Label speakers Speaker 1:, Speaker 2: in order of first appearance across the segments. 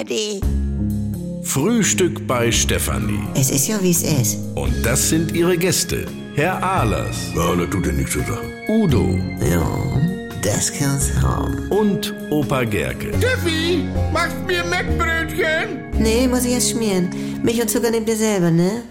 Speaker 1: Eddie.
Speaker 2: Frühstück bei Stefanie.
Speaker 1: Es ist ja, wie es ist.
Speaker 2: Und das sind ihre Gäste. Herr Ahlers,
Speaker 3: Ja, das tut dir nichts zu sagen.
Speaker 2: Udo
Speaker 1: Ja, das kann's haben.
Speaker 2: und Opa Gerke.
Speaker 4: Steffi, machst mir Mettbrötchen?
Speaker 1: Nee, muss ich erst schmieren. Milch und Zucker nehmt ihr selber, ne?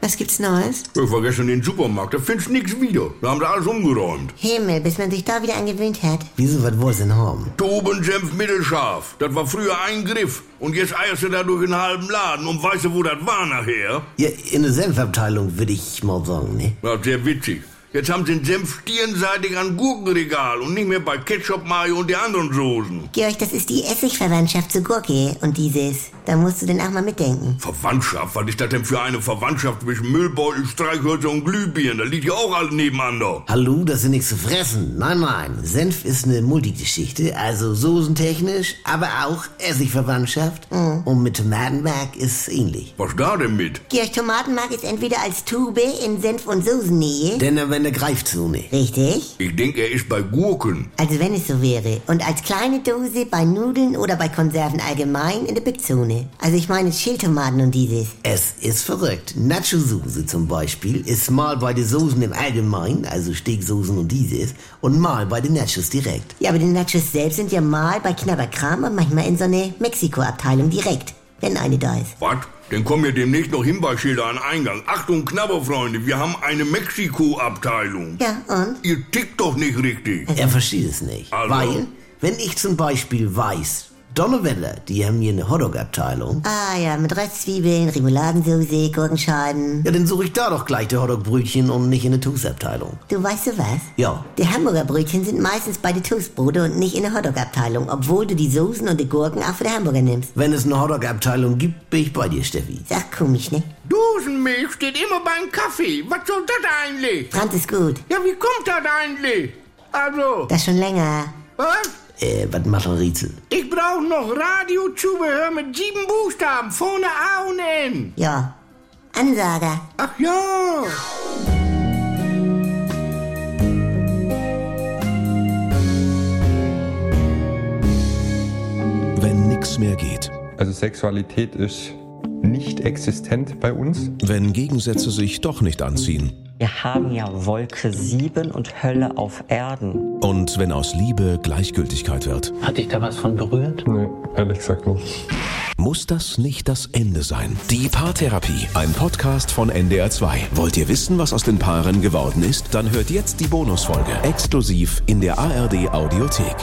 Speaker 1: Was gibt's Neues?
Speaker 3: Ich war gestern in den Supermarkt, da findest du nichts wieder. Da haben sie alles umgeräumt.
Speaker 1: Himmel, bis man sich da wieder angewöhnt hat.
Speaker 5: Wieso, was wollt's denn haben?
Speaker 3: Tobensenf mittelscharf. Das war früher ein Griff. Und jetzt eierst du da durch den halben Laden und weißt du, wo das war nachher?
Speaker 5: Ja, in der Senfabteilung, würde ich mal sagen, ne?
Speaker 3: Ja, sehr witzig. Jetzt haben sie den Senf stirnseitig an Gurkenregal und nicht mehr bei Ketchup, Mayo und den anderen Soßen.
Speaker 1: Georg, das ist die Essigverwandtschaft zu Gurke und dieses. Da musst du denn auch mal mitdenken.
Speaker 3: Verwandtschaft, was ist das denn für eine Verwandtschaft zwischen Müllbeutel, Streichhölzer und Glühbirnen? Da liegt ja auch alles nebeneinander.
Speaker 5: Hallo, das sind nichts zu fressen. Nein, nein. Senf ist eine Multigeschichte, also soßentechnisch, aber auch Essigverwandtschaft. Und mit Tomatenberg ist ähnlich.
Speaker 3: Was da denn mit?
Speaker 1: Georg, Tomatenmark ist entweder als Tube in Senf- und Soßennähe.
Speaker 5: Denn wenn der greift so ne? nicht.
Speaker 1: Richtig.
Speaker 3: Ich denke, er ist bei Gurken.
Speaker 1: Also wenn es so wäre. Und als kleine Dose bei Nudeln oder bei Konserven allgemein in der Bickzone. Also ich meine Schildtomaten und dieses.
Speaker 5: Es ist verrückt. Nacho-Soße zum Beispiel ist mal bei den Soßen im Allgemeinen, also Steaksoßen und dieses, und mal bei den Nachos direkt.
Speaker 1: Ja, aber die Nachos selbst sind ja mal bei Knabberkram und manchmal in so eine Mexiko-Abteilung direkt. Wenn eine da ist.
Speaker 3: Was? Dann kommen ja demnächst noch Hinweisschilder an den Eingang. Achtung, Knabberfreunde, wir haben eine Mexiko-Abteilung.
Speaker 1: Ja, und?
Speaker 3: Ihr tickt doch nicht richtig.
Speaker 5: Er versteht es nicht.
Speaker 3: Also?
Speaker 5: Weil, wenn ich zum Beispiel weiß, Donnerwetter, die haben hier eine Hotdog-Abteilung,
Speaker 1: Ah ja, mit Röstzwiebeln, Remouladensauce, Gurkenscheiben.
Speaker 5: ja, dann suche ich da doch gleich die Hotdog-Brötchen und nicht in der Toast-Abteilung.
Speaker 1: Du weißt du was?
Speaker 5: Ja.
Speaker 1: Die Hamburger Brötchen sind meistens bei der Toastbrote und nicht in der Hotdog-Abteilung, obwohl du die Soßen und die Gurken auch für die Hamburger nimmst.
Speaker 5: Wenn es eine Hotdog-Abteilung gibt, bin ich bei dir, Steffi.
Speaker 1: Sag komisch, ne?
Speaker 4: Dosenmilch steht immer beim Kaffee. Was soll das eigentlich?
Speaker 1: Franz ist gut.
Speaker 4: Ja, wie kommt das eigentlich? Also,
Speaker 1: Das schon länger.
Speaker 4: was?
Speaker 5: Äh, was macht ein Rätsel?
Speaker 4: Ich brauche noch Radiozubehör mit sieben Buchstaben, vorne A und N.
Speaker 1: Ja. Ansager.
Speaker 4: Ach ja.
Speaker 6: Wenn nichts mehr geht.
Speaker 7: Also Sexualität ist nicht existent bei uns.
Speaker 6: Wenn Gegensätze sich doch nicht anziehen.
Speaker 8: Wir haben ja Wolke 7 und Hölle auf Erden.
Speaker 6: Und wenn aus Liebe Gleichgültigkeit wird.
Speaker 9: Hat dich da was von berührt?
Speaker 7: Nee, ehrlich gesagt nicht.
Speaker 6: Muss das nicht das Ende sein? Die Paartherapie, ein Podcast von NDR2. Wollt ihr wissen, was aus den Paaren geworden ist? Dann hört jetzt die Bonusfolge exklusiv in der ARD Audiothek.